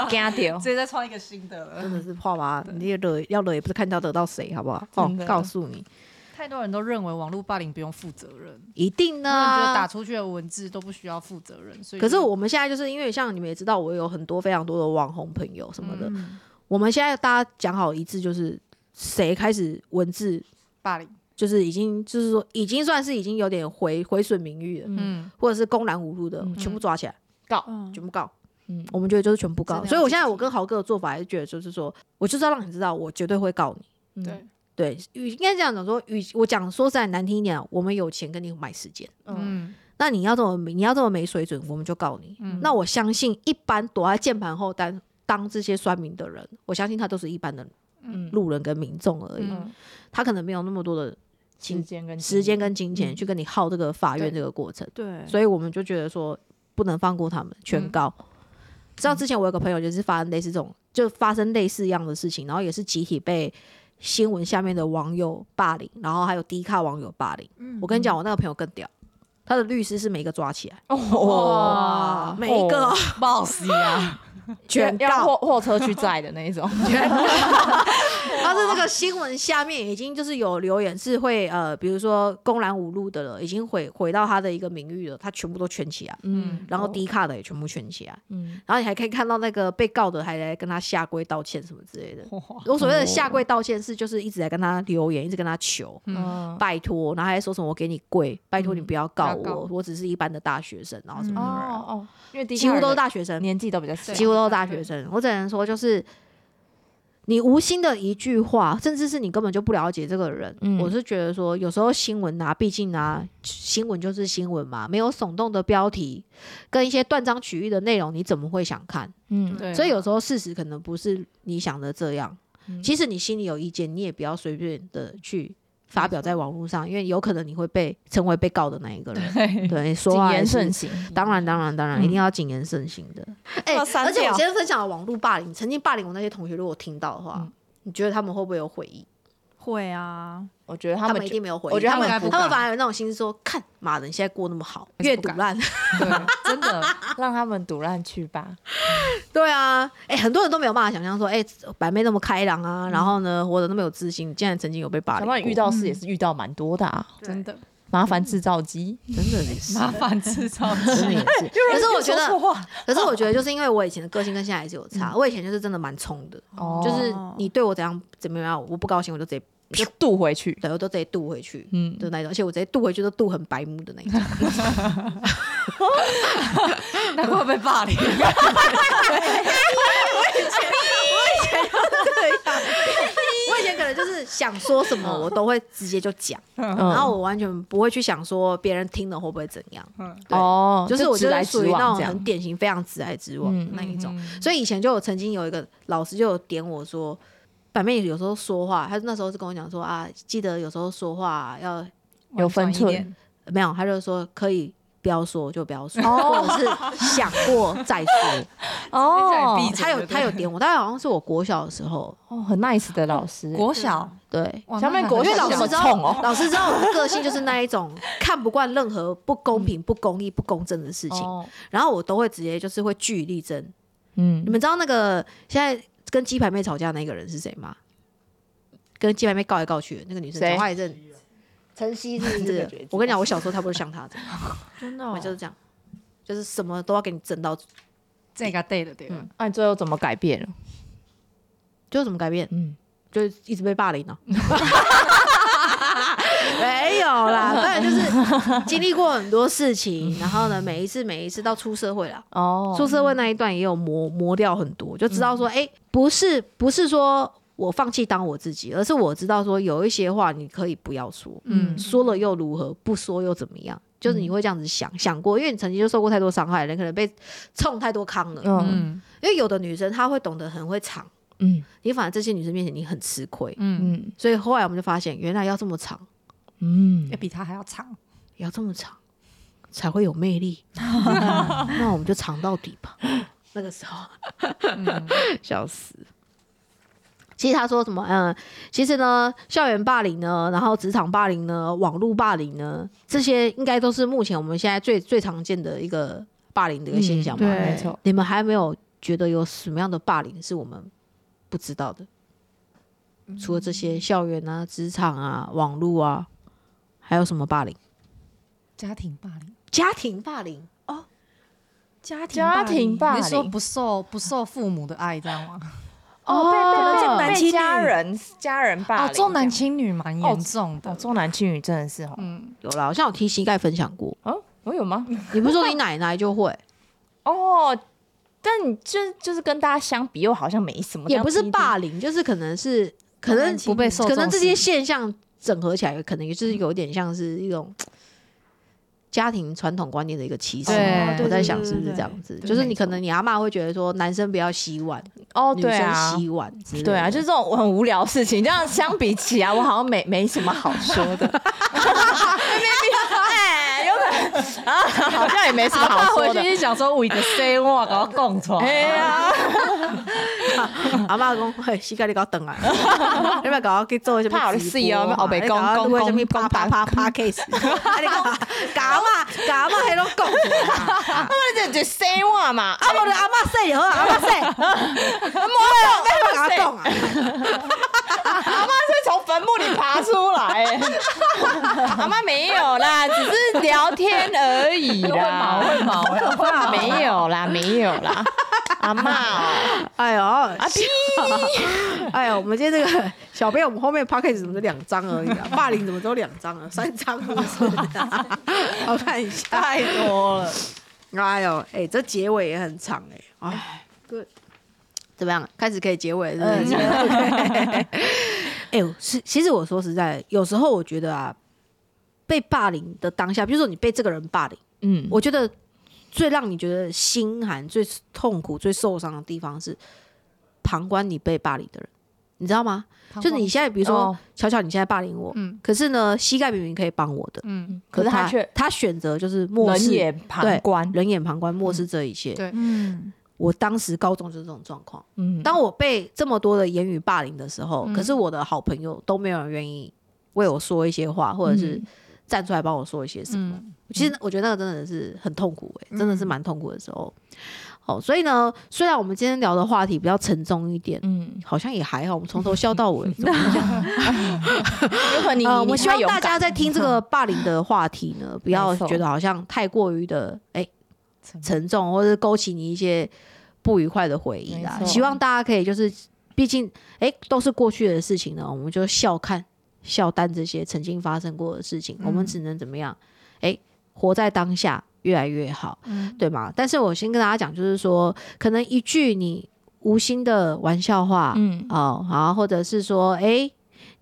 C: 惊掉
E: 直，接再创一个新的了。
A: 真的是怕吧？你也惹要惹也不是看到得到谁，好不好？哦
C: 真的，
A: 告诉你，
E: 太多人都认为网络霸凌不用负责任，
A: 一定呢、
E: 他
C: 啊
E: 们觉得打出去的文字都不需要负责任，所以
A: 可是
E: 就
A: 我们现在就是因为像你们也知道，我有很多非常多的网红朋友什么的，
E: 嗯
A: 我们现在大家讲好一致，就是谁开始文字，
E: 霸凌，
A: 就是已经就是说已经算是已经有点毁毁损名誉了，
E: 嗯，
A: 或者是公然侮辱的，
C: 嗯
A: 全部抓起来。
B: 嗯
A: 全部告。
C: 嗯
A: 我们觉得就是全部告
E: 真，的要
A: 所以我现在
E: 自己
A: 我跟豪哥的做法还是觉得就是说，我就是要让你知道，我绝对会告你。
E: 嗯
C: 嗯
E: 对，
A: 对，与应该这样讲说，与我讲说实在难听一点啊，我们有钱跟你买时间，
C: 嗯
E: 嗯
A: 那你要这么你要这么没水准，我们就告你。
E: 嗯
A: 那我相信一般躲在键盘后单当这些酸民的人，我相信他都是一般的
C: 嗯
A: 路人跟民众而已，
E: 嗯
A: 他可能没有那么多的
C: 时
A: 金
C: 间跟
A: 时间
C: 精力
A: 跟金钱去跟你耗这个法院这个过程。
B: 对，
A: 所以我们就觉得说不能放过他们，全告。知道之前我有个朋友就是发生类似这种，就发生类似一样的事情，然后也是集体被新闻下面的网友霸凌，然后还有低咖网友霸凌。
B: 嗯
A: 我跟你讲，我那个朋友更屌，他的律师是每一个抓起来，
C: 嗯哇，
A: 每一个
C: 哦暴死 啊，
A: 全
C: 要
A: 告，
C: 货货车去载的那一种，
A: 全告。他是那个新闻下面已经就是有留言是会呃，比如说公然侮辱的了，已经毁毁到他的一个名誉了，他全部都圈起来，
C: 嗯
A: 然后低咖的也全部圈起来。
C: 嗯，
A: 然后你还可以看到那个被告的还来跟他下跪道歉什么之类的。我所谓的下跪道歉是，就是一直在跟他留言，一直跟他求
C: 嗯
A: 拜托，然后还说什么我给你跪，拜托你不要告
E: 嗯不要告嗯
A: 我，我只是一般的大学生，然后什么
C: 哦
A: 什么
C: 哦，因为
A: 的，
C: 第
A: 几乎都是大学
C: 人
A: 生，
C: 年纪都比较小，
E: 啊对
A: 几乎都是大学生。我只能说就是。你无心的一句话，甚至是你根本就不了解这个人，
C: 嗯
A: 我是觉得说，有时候新闻啊，毕竟啊，新闻就是新闻嘛，没有耸动的标题跟一些断章取义的内容，你怎么会想看？
C: 嗯
E: 对啊，
A: 所以有时候事实可能不是你想的这样。即使你心里有意见，你也不要随便的去发表在网络上，因为有可能你会被成为被告的那一个人。
E: 对
A: 对，
C: 谨
A: 说话也
C: 言
A: 是
C: 慎行。
A: 当然，当然，当然，
C: 嗯
A: 一定要谨言慎行的。哎、
C: 要删
A: 而且我
C: 掉
A: 今天分享的网络霸凌，曾经霸凌我那些同学，如果听到的话，
C: 嗯
A: 你觉得他们会不会有悔意？
B: 会啊，
C: 我觉得
A: 他
C: 他
A: 们
C: 们
A: 一定没有悔意。
C: 我觉得
A: 他
C: 他们
A: 们
E: 应该不
A: 他们
E: 敢
A: 反而有那种心思说，看妈的，你现在过那么好，
E: 还
A: 越
E: 是不
A: 赌
E: 敢
A: 烂。
E: 对，真的，
C: 让他们赌烂去吧。
A: 对啊，哎、很多人都没有办法想象说，哎、白妹那么开朗啊，然后呢，活得那么有自信，竟然曾经有被霸
C: 想
A: 凌
C: 到
A: 过。
C: 你遇到事也是遇到蛮多的啊，
E: 真的
C: 麻烦制造机。
A: 真的也是，
E: 麻烦制造
A: 真的也
E: 机。
A: 是。可是我觉
C: 说
A: 得，
C: 错话
A: 可是我觉得就是因为我以前的个性跟现在还是有差。我以前就是真的蛮冲的，
C: 哦
A: 就是你对我怎样怎么样，我不高兴我就直接，
C: 就渡回去。
A: 对我都直接渡回去。
C: 嗯，
A: 的那一种，而且我直接渡回去都渡很白目的那一种，
E: 难怪被 霸凌。
A: 我以前可能就是想说什么，我都会直接就讲，然
C: 然
A: 后我完全不会去想说别人听了会不会怎样，对
C: 哦，
A: 就是我
C: 直
A: 就是
C: 来
A: 属
C: 直
A: 于那
C: 往
A: 种
C: 这
A: 很
C: 样。
A: 典型非常直来直往的那一种。
E: 嗯
A: 所以以前就有曾经有一个老师就有点我说，板妹有时候说话，他那时候是跟我讲说啊，记得有时候说话要
C: 有分寸
E: 婉转一点
A: 没有，他就说可以不要说就不要 说，或者是想过再说。
E: 哦闭嘴
A: 他有
E: 对
A: 他有点我，大概好像是我国小的时候，
C: 哦，很 nice 的老师欸。
E: 国小，
A: 对。
E: 哇
C: 小妹
E: 那
C: 国
A: 因为老
C: 小就
A: 师
C: 好
A: 知道，
C: 冲哦
A: 老师知道我的个性就是那一种看不惯任何不公平、不公义、不公正的事情，
C: 哦
A: 然后我都会直接就是会据理力争。
C: 嗯
A: 你，们知道那个现在跟鸡排妹吵架那个人是谁吗？跟鸡排妹告来告去的那个女生，
C: 谁
A: 讲话也是很晨曦是不是？我跟你讲，我小时候差不多像她这样，
B: 真的
A: 我
B: 哦
A: 就是这样，就是什么都要给你争到，
E: 这个 day 的对
A: 嗯
E: 吧，
C: 那你最后怎么改变了？
A: 就是怎么改变？
C: 嗯，
A: 就是一直被霸凌啊。 没有啦， 当然就是经历过很多事情，然后呢，每一次每一次到出社会啦，
C: 哦，嗯
A: 出社会那一段也有磨磨掉很多，就知道说，哎、不是不是说我放弃当我自己，而是我知道说有一些话你可以不要说，
E: 嗯
A: 说了又如何，不说又怎么样？就是
C: 嗯
A: 你会这样子想、想过，因为你曾经就受过太多伤害了，你可能被冲太多康了。
C: 嗯
E: 嗯
A: 因为有的女生她会懂得很会藏，
C: 嗯
A: 你反而这些女生面前你很吃亏，
E: 嗯，
C: 嗯
A: 所以后来我们就发现，原来要这么长，
C: 嗯
E: 也，比他还要长，
A: 也要这么长才会有魅 力。那我们就长到底吧。那个时候，
B: 嗯
A: 笑死。其实他说什么？嗯，其实呢，校园霸凌呢，然后职场霸凌呢，网络霸凌呢，这些应该都是目前我们现在最最常见的一个霸凌的一个现象吧。
B: 嗯对
C: 没错。
A: 你们还没有觉得有什么样的霸凌是我们不知道的？
B: 嗯
A: 除了这些校园啊、职场啊、网络啊，还有什么霸凌？
E: 家庭霸凌，
A: 家庭霸凌，
B: 家庭
C: 家庭霸
E: 你
C: 凌
E: 是说不受不受父母的爱，这样吗？
C: 哦，被
A: 可能
B: 重男轻女
C: 家人家人霸
E: 哦，
C: 凌，
E: 重男
C: 轻
E: 轻女蛮严重的
C: 哦，，重男轻女真的是哦，
E: 嗯，
A: 有啦，好像有听膝盖分享过。
C: 哦，我有吗？
A: 你不是说你奶奶就会，
C: 哦，但你就就是跟大家相比，又好像没什么，
A: 也不是霸凌， 就是可能是可能
E: 不被受重
A: 可
E: 视，
A: 能这些现象整合起来，可能也就是有点像是一种家庭传统观念的一个歧视
E: 对
A: 嘛。我在想是不是这样子，
E: 对
A: 就是
E: 没
A: 你可能你阿妈会觉得说男生不要洗碗，
C: 哦，
A: 女
C: 对啊
A: 生，洗碗之类的，
C: 对啊，就是这种很无聊的事情，这样相比起来，我好像没没什么好说的。哎，有可能啊，好像也没什么好说的。
E: 就想说，我的 C 我搞共床
C: 哎呀，
A: 阿妈讲，嘿，膝盖你搞等啊，你不要搞我去做什么
C: 怕有
A: 直
C: 事
A: 播
C: 哦
A: 嘛
C: 后面
A: 你搞我
C: 讲
A: 录的
C: 讲
A: 什么
C: 讲
A: 啪啪啪啪 case，啊你讲搞阿妈搞阿妈迄拢讲出来啊，啊
C: 那这就 say 话嘛，啊
A: 啊，无就阿妈说就好，阿妈说，莫要不要甲我讲啊，
C: 阿妈是从坟墓里爬出来、阿妈没有啦，只是聊天而已啦，
E: 会毛会毛，
C: 没有啦，没有啦，阿妈、哦
A: 哎呦，
C: 阿屁，
A: 哎呦，我们今天这个小编，我们后面 p a c k a g e 怎么就两张而已啊？霸凌怎么只有两张啊？三张是不是？我看一下，
C: 太多了，
A: 哎呦，哎，这结尾也很长哎，哎，good。哎怎么样？开始可以结尾了，
B: 嗯
A: 是不是？ 哎、呦，是，其实我说实在，有时候我觉得啊，被霸凌的当下，比如说你被这个人霸凌，
C: 嗯，
A: 我觉得最让你觉得心寒、最痛苦、最受伤的地方是旁观你被霸凌的人，你知道吗？就是你现在，比如说
C: 哦
A: 巧巧，你现在霸凌我，
E: 嗯
A: 可是呢，膝盖明明可以帮我的，
E: 嗯，
C: 可是他
A: 他
C: 却
A: 他选择就是漠
C: 冷
A: 视，
C: 眼旁观，
A: 冷眼旁观，漠视这一切。
E: 对
B: 嗯，
A: 我当时高中就是这种状况。
C: 嗯，
A: 当我被这么多的言语霸凌的时候，
E: 嗯
A: 可是我的好朋友都没有人愿意为我说一些话，或者
E: 嗯
A: 是站出来帮我说一些什么。其实我觉得那个真的是很痛苦、欸，真的
E: 嗯
A: 是蛮痛苦的时候。好，所以呢，虽然我们今天聊的话题比较沉重一点，
C: 嗯，
A: 好像也还好，我们从头笑到尾。怎么
C: 嗯有可能你
A: 呃，我
C: 你
A: 希
C: 太
A: 望
C: 勇
A: 大家
C: 敢，
A: 在听这 个霸凌的话题呢，不要
C: 没错
A: 觉得好像太过于的哎、
E: 沉
A: 沉重，或者勾起你一些不愉快的回忆啦。
C: 没错
A: 希望大家可以就是，毕竟哎、都是过去的事情呢，我们就笑看、笑淡这些曾经发生过的事
C: 嗯
A: 情，我们只能怎么样？哎、活在当下，越来越好，
C: 嗯
A: 对吗？但是我先跟大家讲，就是说，可能一句你无心的玩笑话，
C: 嗯，
A: 哦，好，或者是说，哎、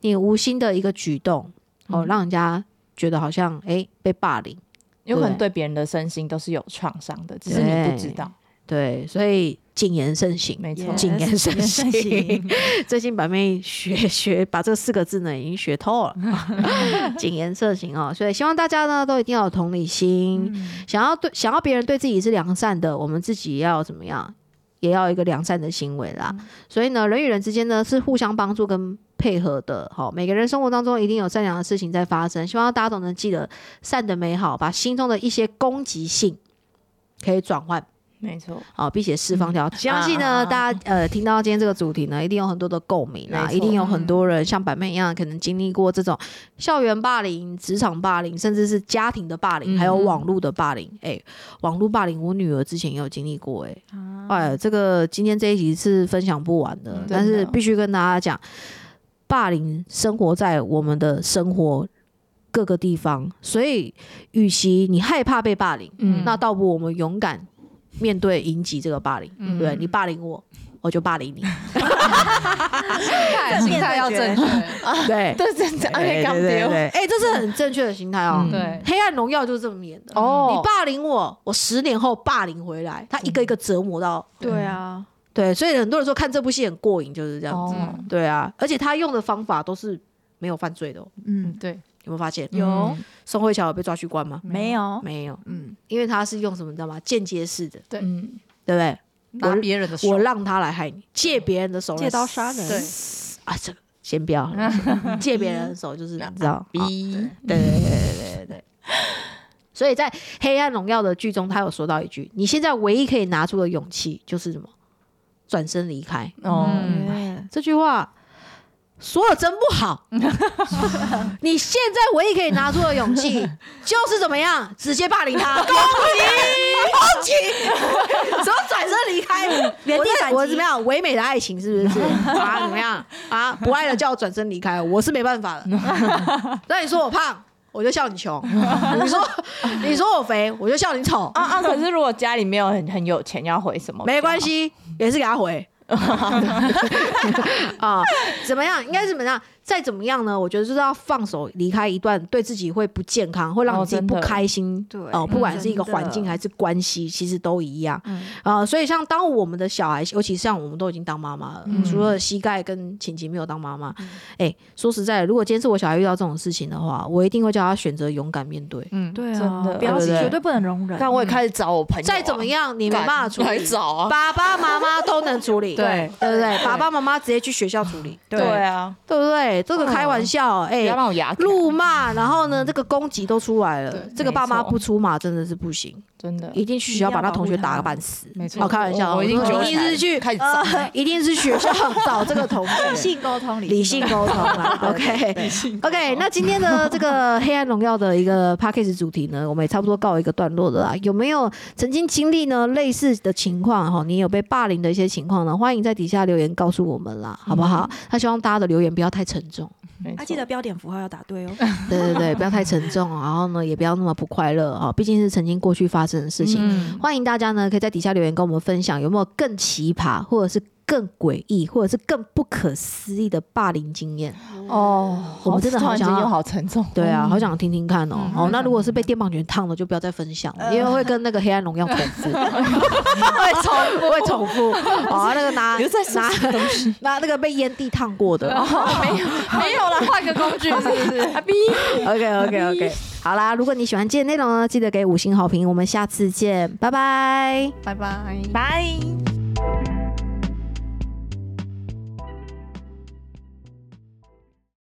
A: 你无心的一个举动，哦，让人家觉得好像哎、诶被霸凌，
C: 有可能对别人的身心都是有创伤的，只是
A: 对
C: 你不知道，
A: 对，所以谨言慎行，
C: 没错
B: Yes，
A: 谨言慎
B: 谨言慎
A: 行。最近板妹学学把这四个字呢已经学透了，谨言慎行哦。所以希望大家呢都一定要有同理心，想要对想要别人对自己是良善的，我们自己也要怎么样？也要有一个良善的行为啦，所以呢，人与人之间呢是互相帮助跟配合的。好，每个人生活当中一定有善良的事情在发生，希望大家都能记得善的美好，把心中的一些攻击性可以转换
C: 没错，
A: 啊，并且释放掉。相信呢，
C: 啊
A: 大家呃听到今天这个主题呢，一定有很多的共鸣啦，
C: 没错
A: 一定有很多人像板妹一样，可能经历过这种校园霸凌、职场霸凌，甚至是家庭的霸
C: 嗯
A: 凌，还有网络的霸凌。哎、网络霸凌，我女儿之前也有经历过、哎、哎，这个今天这一集是分享不完的，
C: 啊嗯
A: 但是
C: 真的
A: 必须跟大家讲，霸凌生活在我们的生活。各个地方，所以与其你害怕被霸凌，
C: 嗯
A: 那倒不如我们勇敢面对迎击这个霸凌，
E: 嗯
A: 对你霸凌我，我就霸凌你，
E: 态心态要正确，
A: 对，
C: 对，真的，而且刚丢，
A: 哎，这是很正确的心态哦
C: 嗯。
E: 对，
A: 黑暗荣耀就是这么演的，
C: 哦
A: 你霸凌我，我十年后霸凌回来，他一个一个折磨到，
B: 对啊，嗯
A: 对，所以很多人说看这部戏很过瘾，就是这样子，
C: 哦，
A: 对啊，而且他用的方法都是没有犯罪的哦，
B: 嗯，
E: 对，
A: 有没有发现？
B: 有
A: 宋慧乔有被抓去关吗？
B: 没有？
A: 没有，
B: 嗯，
A: 因为他是用什么你知道吗？间接式的，
E: 对
C: 嗯，
A: 对不对？
E: 拿别人的手
A: 我，让他来害你，借别人的手来
B: 借刀杀人，
E: 对，
A: 啊，这个先不要，借别人的手就是你知道，啊
C: 逼，
A: 对对对对对对。所以在《黑暗荣耀》的剧中，他有说到一句：“你现在唯一可以拿出的勇气就是什么？转身离开。
C: 哦，
B: 嗯，”
A: 这句话说的真不 好。你现在唯一可以拿出的勇 气就是怎么样？直接霸凌 他，攻击，攻击， 什么转身离开，
D: 原地
A: 我在
D: 反
A: 我
D: 击
A: 怎么样？唯美的爱情是不是 啊？怎么样啊？不爱了叫我转身离开，我是没办法 的。那你说我胖，我就笑你穷；你说你说我肥，我就笑你丑。
C: 啊啊！可是如果家里没有很很有钱，要回什么？
A: 没关，系，也是给他 回。啊、怎么样？应该怎么样？再怎么样呢？我觉得就是要放手离开一段对自己会不健康，会让你
C: 哦
A: 自己
C: 真
A: 不
C: 的
A: 开心。
D: 对
A: 哦，不管是一个
B: 真的
A: 环境还是关系，其实都一样。
B: 嗯
A: 啊，所以像当我们的小孩，尤其像我们都已经当妈妈了，
E: 嗯
A: 除了膝盖跟晴晴没有当妈妈，哎、说实在的，如果今天是我小孩遇到这种事情的话，我一定会叫他选择勇敢面对。
E: 嗯，
B: 对
C: 真
B: 啊，
C: 的
B: 不要
A: 对不对嗯
B: 绝对不能容忍，
C: 但我也开始找我朋友啊，
A: 再怎么样，你没办法处
C: 来
A: 理，
C: 找啊，
A: 爸爸妈妈都能处理，
E: 对
A: 哦对不对？爸爸妈妈直接去学校处理，
C: 对啊，
A: 对不对？这个开玩笑，
C: 不
A: 哎、
C: 要让我牙
A: 怒骂，然后呢，这个攻击都出来了
E: 对，
A: 这个爸妈
C: 没错
A: 不出马真的是不行，
C: 真的，
A: 一定去学校把他同学打个半死。
E: 没错
A: 好，开玩笑，
E: 我我一定
A: 说
E: 觉
A: 一
E: 得
A: 定是去
C: 开始找，
A: 一定是学校找这个同
B: 理
A: 学。
B: 性沟通，
A: 理性沟通啊 啦，OK，OK。OK，那今天的这个《黑暗荣耀》的一个 p a c k a g e 主题呢，我们也差不多告一个段落了啦。有没有曾经经历呢类似的情况哈？你有被霸凌的一些情况呢？欢迎在底下留言告诉我们啦，好不好？那希望大家的留言不要太沉重，
C: 没
B: 啊，
C: 错
B: 记得标点符号要打对哦。
A: 对对对，不要太沉重，啊然后呢也不要那么不快乐啊，毕竟是曾经过去发生的事情。
E: 嗯
A: 欢迎大家呢可以在底下留言跟我们分享，有没有更奇葩或者是更诡异或者是更不可思议的霸凌经验。
C: 哦，
A: 嗯我们
C: 好
A: 真的
C: 突
A: 好
C: 然间
A: 想要
C: 又好沉重。
A: 对啊，好想听听看哦。
E: 嗯
A: 哦，那如果是被电棒卷烫的，就不要再分享
C: 嗯
A: 了，因为会跟那个黑暗荣耀重 复，会重复，会重复。哦，那个拿
C: 你又在说
A: 拿 拿那个被烟蒂烫过 的。哦
C: 没有啊没有了，换个工具是不 是？阿 B，
A: OK OK OK，好啦，如果你喜欢今天的内容呢，记得给五星好评。我们下次见，拜拜。
E: 拜拜。
C: 拜。